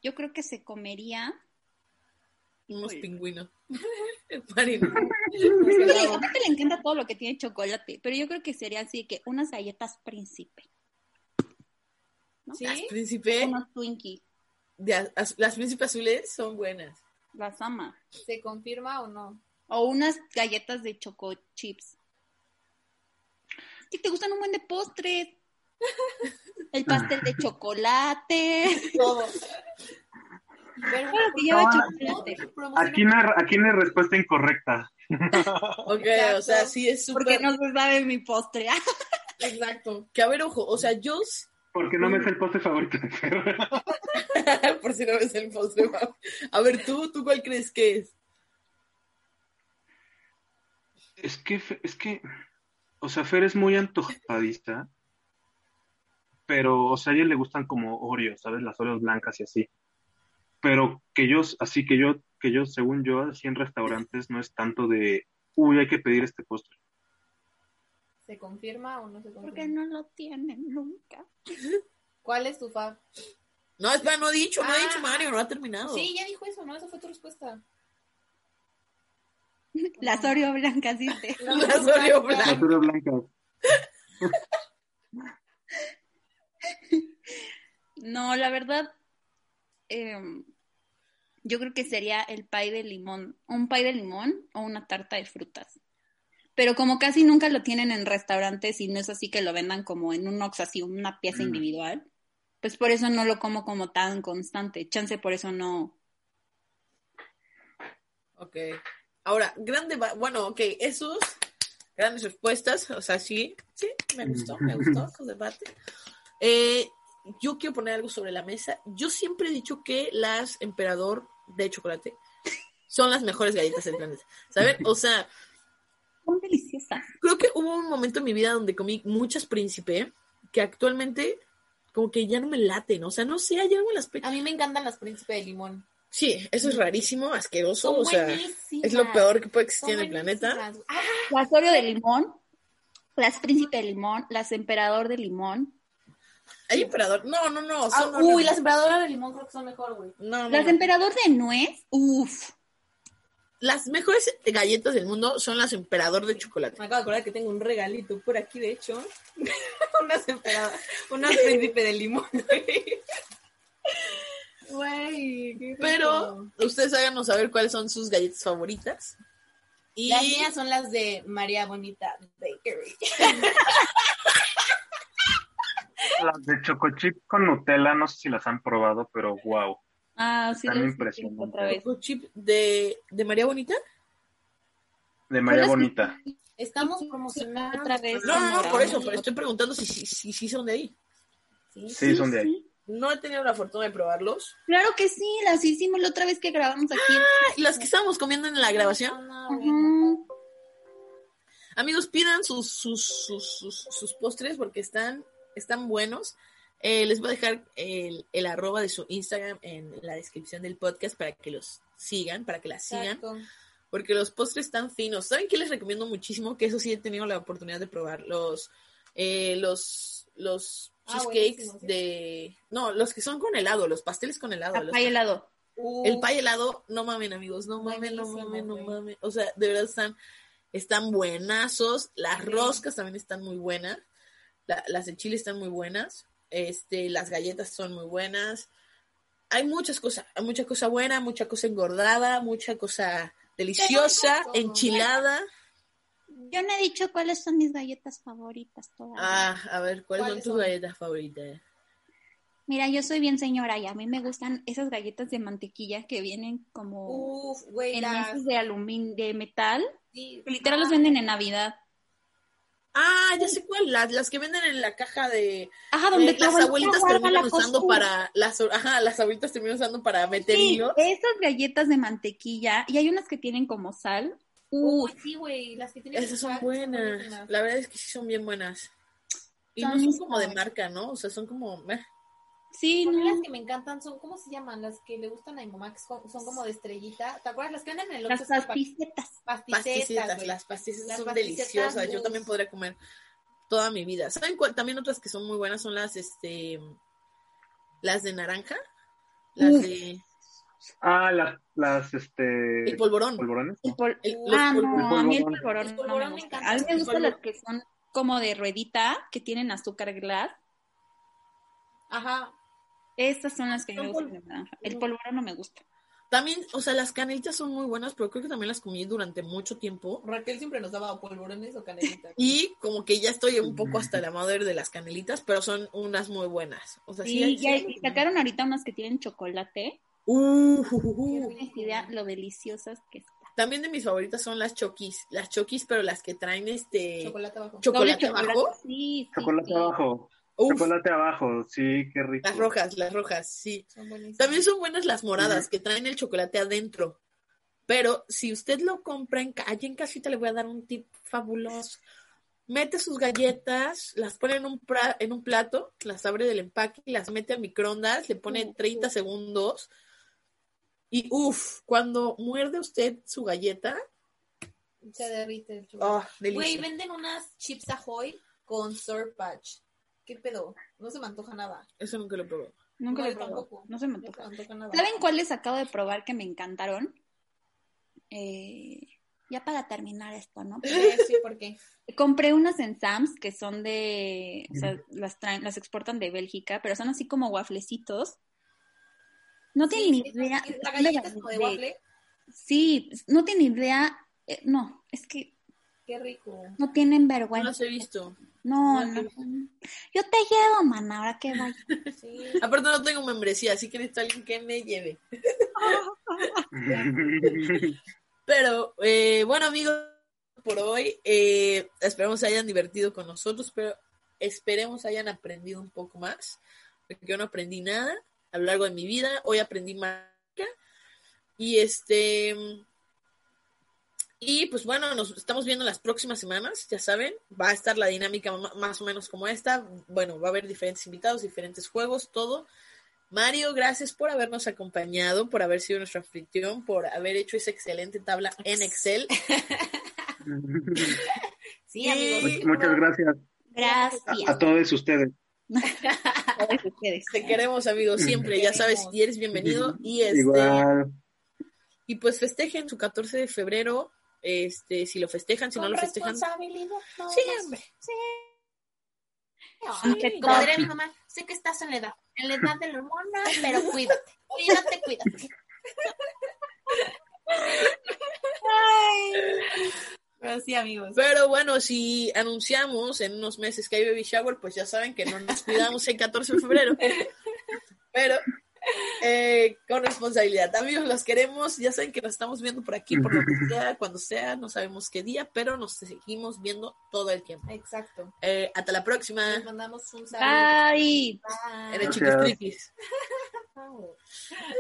[SPEAKER 5] Yo creo que se comería.
[SPEAKER 1] Unos
[SPEAKER 5] Uy.
[SPEAKER 1] pingüinos. El Mario.
[SPEAKER 5] Sí, aparte le encanta todo lo que tiene chocolate, pero yo creo que sería así que unas galletas príncipe,
[SPEAKER 1] Las
[SPEAKER 6] ¿Sí?
[SPEAKER 1] príncipe,
[SPEAKER 5] unos Twinkie,
[SPEAKER 1] de az- az- las príncipes azules son buenas.
[SPEAKER 5] las ama.
[SPEAKER 6] ¿Se confirma o no?
[SPEAKER 5] O unas galletas de choco chips. Es que te gustan un buen de postres. El pastel de chocolate.
[SPEAKER 6] Todo. Pero
[SPEAKER 5] Todo lo que lleva
[SPEAKER 2] Ah,
[SPEAKER 5] chocolate.
[SPEAKER 6] promociona-
[SPEAKER 2] Aquí no hay, aquí no hay respuesta incorrecta.
[SPEAKER 1] Ok,
[SPEAKER 6] Exacto.
[SPEAKER 1] o sea, sí es
[SPEAKER 5] Porque
[SPEAKER 1] súper.
[SPEAKER 5] no se sabe mi postre. Ah,
[SPEAKER 1] Exacto. Que a ver, ojo, o sea, yo,
[SPEAKER 2] Porque no me es el postre favorito.
[SPEAKER 1] por si no ves el postre, wow. a ver, tú, ¿tú cuál crees que es?
[SPEAKER 2] es que, Fe- es que, o sea, Fer es muy antojadiza, pero, o sea, a ella le gustan como Oreos, ¿sabes? Las Oreos blancas y así. Pero que yo, así que yo, que yo, según yo, así en restaurantes no es tanto de, uy, hay que pedir este postre.
[SPEAKER 6] ¿Se confirma o no se confirma?
[SPEAKER 5] Porque no lo tienen nunca.
[SPEAKER 6] ¿Cuál es tu fab?
[SPEAKER 1] No, espera, no ha dicho, no ha
[SPEAKER 6] Ah.
[SPEAKER 1] dicho Mario, no ha terminado.
[SPEAKER 6] Sí, ya dijo eso, ¿no? Esa fue tu respuesta.
[SPEAKER 5] Las Oreo blancas, dice.
[SPEAKER 1] Las Oreo blancas.
[SPEAKER 2] Las Oreos blancas.
[SPEAKER 5] No, la verdad, em, yo creo que sería el pay de limón, un pay de limón o una tarta de frutas. Pero como casi nunca lo tienen en restaurantes y no es así que lo vendan como en un ox, así una pieza
[SPEAKER 2] Mm.
[SPEAKER 5] individual, pues por eso no lo como como tan constante. Chance por eso no.
[SPEAKER 1] Ok. Ahora, grande, va- bueno, ok, esos, grandes respuestas, o sea, sí, sí, me gustó, me gustó su debate. Eh, yo quiero poner algo sobre la mesa. Yo siempre he dicho que las emperador de chocolate son las mejores galletas del planeta, ¿saben? O sea,
[SPEAKER 5] Son deliciosas.
[SPEAKER 1] creo que hubo un momento en mi vida donde comí muchas príncipe que actualmente como que ya no me laten, o sea, no sé, hay algo en las... pe-
[SPEAKER 6] A mí me encantan las príncipe de limón.
[SPEAKER 1] Sí, eso es rarísimo, asqueroso,
[SPEAKER 6] Son
[SPEAKER 1] o sea,
[SPEAKER 6] buenísimas.
[SPEAKER 1] es lo peor que puede
[SPEAKER 6] Son
[SPEAKER 1] existir en el planeta.
[SPEAKER 6] buenísimas. Ah,
[SPEAKER 5] Las Oreo de limón, las príncipe de limón, las emperador de limón.
[SPEAKER 1] Hay emperador, no, no, no,
[SPEAKER 6] ah,
[SPEAKER 1] son
[SPEAKER 6] uy,
[SPEAKER 1] horribles.
[SPEAKER 6] las emperadoras de limón creo que son mejor, güey.
[SPEAKER 1] No, no,
[SPEAKER 5] Las
[SPEAKER 1] no.
[SPEAKER 5] emperador de nuez, uff.
[SPEAKER 1] Las mejores galletas del mundo son las emperador de chocolate.
[SPEAKER 6] Me acabo de acordar que tengo un regalito por aquí, de hecho. unas emperadoras, unas príncipe de limón, güey. Güey, qué rico.
[SPEAKER 1] Pero ustedes háganos saber cuáles son sus galletas favoritas. Y
[SPEAKER 6] Las mías son las de María Bonita Bakery.
[SPEAKER 2] Las de Choco Chip con Nutella, no sé si las han probado, pero wow.
[SPEAKER 5] Ah, sí,
[SPEAKER 2] Están
[SPEAKER 5] lo
[SPEAKER 2] impresionantes.
[SPEAKER 5] otra
[SPEAKER 6] pues.
[SPEAKER 5] vez.
[SPEAKER 1] Choco chip de, de María Bonita.
[SPEAKER 2] De María
[SPEAKER 5] Son las que-
[SPEAKER 2] Bonita.
[SPEAKER 6] Estamos promocionando
[SPEAKER 5] Otra vez.
[SPEAKER 1] No, no, no, por eso, pero
[SPEAKER 6] pero
[SPEAKER 1] estoy preguntando si sí si, sí son de ahí.
[SPEAKER 6] Sí,
[SPEAKER 2] Sí, son de ahí.
[SPEAKER 1] No he tenido la fortuna de probarlos.
[SPEAKER 5] Claro que sí, las hicimos la otra vez que grabamos aquí.
[SPEAKER 1] Ah, y las que estábamos comiendo en la grabación.
[SPEAKER 6] Ah,
[SPEAKER 5] Ajá.
[SPEAKER 6] bueno.
[SPEAKER 1] Amigos, pidan sus, sus, sus, sus, sus postres porque están, están buenos. Eh, les voy a dejar el, el arroba de su Instagram en la descripción del podcast para que los sigan, para que las sigan.
[SPEAKER 6] Exacto.
[SPEAKER 1] porque los postres están finos. ¿Saben qué les recomiendo muchísimo? Que eso sí he tenido la oportunidad de probar. Los, eh, los, los
[SPEAKER 6] Ah,
[SPEAKER 1] cheesecakes
[SPEAKER 6] buenísimo, sí.
[SPEAKER 1] de... No, los que son con helado, los pasteles con helado. los-
[SPEAKER 5] Papá y helado.
[SPEAKER 6] Uh,
[SPEAKER 1] El pay helado, no mamen amigos, no mamen, no
[SPEAKER 6] Buenísimo,
[SPEAKER 1] mamen, no
[SPEAKER 6] güey.
[SPEAKER 1] mamen. O sea, de verdad están, están buenazos. Las
[SPEAKER 6] Sí.
[SPEAKER 1] roscas también están muy buenas. La- las de chile están muy buenas. Este, las galletas son muy buenas. Hay muchas cosas, hay mucha cosa buena, mucha cosa engordada, mucha cosa deliciosa,
[SPEAKER 6] Pero hay cosas,
[SPEAKER 1] enchilada.
[SPEAKER 5] Yo no he dicho cuáles son mis galletas favoritas todavía.
[SPEAKER 1] Ah, a ver, ¿cuáles son
[SPEAKER 6] ¿Cuáles
[SPEAKER 1] tus
[SPEAKER 6] son?
[SPEAKER 1] galletas favoritas?
[SPEAKER 5] Mira, yo soy bien señora y a mí me gustan esas galletas de mantequilla que vienen como
[SPEAKER 6] Uf, güey,
[SPEAKER 5] en
[SPEAKER 6] las...
[SPEAKER 5] esos de aluminio, de metal.
[SPEAKER 6] sí.
[SPEAKER 5] que Literal los venden en Navidad.
[SPEAKER 1] Ah, ya sé cuál, las, las que venden en la caja de,
[SPEAKER 5] Ajá, donde
[SPEAKER 1] Eh,
[SPEAKER 5] tu
[SPEAKER 1] las
[SPEAKER 5] abuelita
[SPEAKER 1] abuelitas
[SPEAKER 5] guarda
[SPEAKER 1] terminan
[SPEAKER 5] la
[SPEAKER 1] usando
[SPEAKER 5] costura.
[SPEAKER 1] para las ajá, las abuelitas terminan usando para meter
[SPEAKER 5] Sí,
[SPEAKER 1] hilo.
[SPEAKER 5] esas galletas de mantequilla y hay unas que tienen como sal Uy,
[SPEAKER 3] sí, güey, las que tienen
[SPEAKER 1] Esas son
[SPEAKER 3] chocolate
[SPEAKER 1] buenas. La verdad es que sí son bien buenas. Y no
[SPEAKER 5] Son
[SPEAKER 1] son como de
[SPEAKER 5] buenas.
[SPEAKER 1] marca, ¿no? O sea, son como. meh.
[SPEAKER 5] sí,
[SPEAKER 3] A mí
[SPEAKER 5] no.
[SPEAKER 3] las que me encantan son, ¿cómo se llaman? Las que le gustan a mi mamá, que son, son como de estrellita. ¿Te acuerdas? Las que andan en el
[SPEAKER 5] Las
[SPEAKER 3] esas
[SPEAKER 5] pasticetas.
[SPEAKER 3] pasticetas,
[SPEAKER 1] Pasticetas,
[SPEAKER 3] güey.
[SPEAKER 1] las pasticetas
[SPEAKER 3] Las
[SPEAKER 1] son
[SPEAKER 3] pasticetas,
[SPEAKER 1] deliciosas. Yo
[SPEAKER 3] uf.
[SPEAKER 1] también podría comer toda mi vida. ¿Saben cuál? También otras que son muy buenas son las, este, las de naranja, las
[SPEAKER 5] Uf.
[SPEAKER 1] de
[SPEAKER 2] Ah, las, las, este,
[SPEAKER 1] el polvorón.
[SPEAKER 2] polvorones.
[SPEAKER 5] El pol-
[SPEAKER 1] El- los
[SPEAKER 5] ah,
[SPEAKER 1] polvorón.
[SPEAKER 5] no, a mí el
[SPEAKER 2] El
[SPEAKER 5] polvorón,
[SPEAKER 3] polvorón
[SPEAKER 5] no me
[SPEAKER 3] me
[SPEAKER 5] gusta.
[SPEAKER 3] encanta.
[SPEAKER 5] A mí me
[SPEAKER 3] El
[SPEAKER 5] gustan las que son como de ruedita, que tienen azúcar glass.
[SPEAKER 3] Ajá.
[SPEAKER 5] Estas son las que me
[SPEAKER 1] Son
[SPEAKER 5] gustan
[SPEAKER 1] pol-
[SPEAKER 5] de naranja. El polvorón no me gusta.
[SPEAKER 1] También, o sea, las canelitas son muy buenas, pero creo que también las comí durante mucho tiempo.
[SPEAKER 6] Raquel siempre nos daba o polvorones o canelitas.
[SPEAKER 1] Y como que ya estoy un poco hasta la madre de las canelitas, pero son unas muy buenas. O sea, Pues sí,
[SPEAKER 5] Sí,
[SPEAKER 1] sí,
[SPEAKER 5] ya-
[SPEAKER 1] sí.
[SPEAKER 5] y sacaron ahorita unas que tienen chocolate.
[SPEAKER 1] Uh, ju, ju, ju.
[SPEAKER 5] No tienes idea lo deliciosas que están.
[SPEAKER 1] También de mis favoritas son las choquis. Las choquis, pero las que traen este
[SPEAKER 6] Chocolate abajo.
[SPEAKER 1] chocolate,
[SPEAKER 5] Doble chocolate.
[SPEAKER 1] abajo.
[SPEAKER 5] Sí, sí,
[SPEAKER 2] Chocolate
[SPEAKER 5] sí.
[SPEAKER 2] abajo.
[SPEAKER 1] Uf,
[SPEAKER 2] Chocolate abajo, sí, qué rico.
[SPEAKER 1] las rojas, las rojas, sí.
[SPEAKER 6] Son buenísimas.
[SPEAKER 1] También son buenas las moradas, que traen el chocolate adentro. Pero si usted lo compra en ca- allí en casita, le voy a dar un tip fabuloso. Mete sus galletas, las pone en un, pra- en un plato, las abre del empaque, las mete al microondas, le pone
[SPEAKER 5] Ujú.
[SPEAKER 1] 30 segundos. Y uff, cuando muerde usted su galleta,
[SPEAKER 3] Se derrite el chocolate.
[SPEAKER 1] ¡oh,
[SPEAKER 3] Güey,
[SPEAKER 1] delicia!
[SPEAKER 3] venden unas chips Ahoy con Sour Patch. ¿Qué pedo? No se me antoja nada.
[SPEAKER 1] Eso nunca lo probé.
[SPEAKER 5] Nunca lo
[SPEAKER 3] No, yo
[SPEAKER 5] he probado.
[SPEAKER 3] tampoco.
[SPEAKER 5] No se me
[SPEAKER 3] No se
[SPEAKER 5] antoja.
[SPEAKER 3] me antoja nada.
[SPEAKER 5] ¿Saben cuáles acabo de probar que me encantaron? Eh, ya para terminar esto, ¿no?
[SPEAKER 3] Sí, sí, ¿por qué?
[SPEAKER 5] Compré unas en Sam's que son de, o sea, las traen, las exportan de Bélgica, pero son así como waflecitos. No tienen
[SPEAKER 3] Sí,
[SPEAKER 5] ni idea.
[SPEAKER 3] es- La
[SPEAKER 5] son de
[SPEAKER 3] galleta es como de waffle.
[SPEAKER 5] Sí, no tienen idea. eh, no, es que
[SPEAKER 3] Qué rico.
[SPEAKER 5] no tienen
[SPEAKER 1] No
[SPEAKER 5] vergüenza.
[SPEAKER 1] las he visto.
[SPEAKER 5] No,
[SPEAKER 1] no
[SPEAKER 5] no.
[SPEAKER 1] las
[SPEAKER 5] Yo te llevo, man, ahora que vaya.
[SPEAKER 3] Sí.
[SPEAKER 1] Aparte no tengo membresía, así que necesito a alguien que me lleve.
[SPEAKER 2] Pues
[SPEAKER 1] Pero eh, bueno, amigos, por hoy eh, esperemos se hayan divertido con nosotros, pero esperemos hayan aprendido un poco más, porque yo no aprendí nada a lo largo de mi vida. Hoy aprendí más. Y este. Y pues bueno, nos estamos viendo las próximas semanas, ya saben, va a estar la dinámica ma- más o menos como esta. Bueno, va a haber diferentes invitados, diferentes juegos, todo. Mario, gracias por habernos acompañado, por haber sido nuestro anfitrión, por haber hecho esa excelente tabla en Excel.
[SPEAKER 3] Sí, amigos.
[SPEAKER 1] Sí.
[SPEAKER 2] Muchas gracias a, a
[SPEAKER 5] Gracias.
[SPEAKER 2] todos ustedes.
[SPEAKER 5] a todos ustedes.
[SPEAKER 1] Te queremos, amigos, siempre, ya sabes, y eres bienvenido. Y este,
[SPEAKER 2] Igual.
[SPEAKER 1] y pues festejen su 14 de febrero, este, si lo festejan, si no
[SPEAKER 3] Con
[SPEAKER 1] lo festejan.
[SPEAKER 3] responsabilidad. no
[SPEAKER 1] Sí,
[SPEAKER 3] más.
[SPEAKER 1] hombre.
[SPEAKER 3] Ay, Como diría mi mamá, sé que estás en la edad, en la edad de la hormona, pero cuídate. Cuídate, cuídate.
[SPEAKER 6] Pero sí, amigos.
[SPEAKER 1] Pero bueno, si anunciamos en unos meses que hay baby shower, pues ya saben que no nos cuidamos el 14 de febrero. Pero eh, con responsabilidad. Amigos, los queremos. Ya saben que nos estamos viendo por aquí, por lo que sea, cuando sea, no sabemos qué día, pero nos seguimos viendo todo el tiempo.
[SPEAKER 6] Exacto.
[SPEAKER 1] Eh, hasta la próxima.
[SPEAKER 3] Les mandamos un saludo.
[SPEAKER 5] Bye.
[SPEAKER 3] Bye.
[SPEAKER 1] Eres
[SPEAKER 2] Gracias.
[SPEAKER 1] chiquis triquis.
[SPEAKER 3] Bye.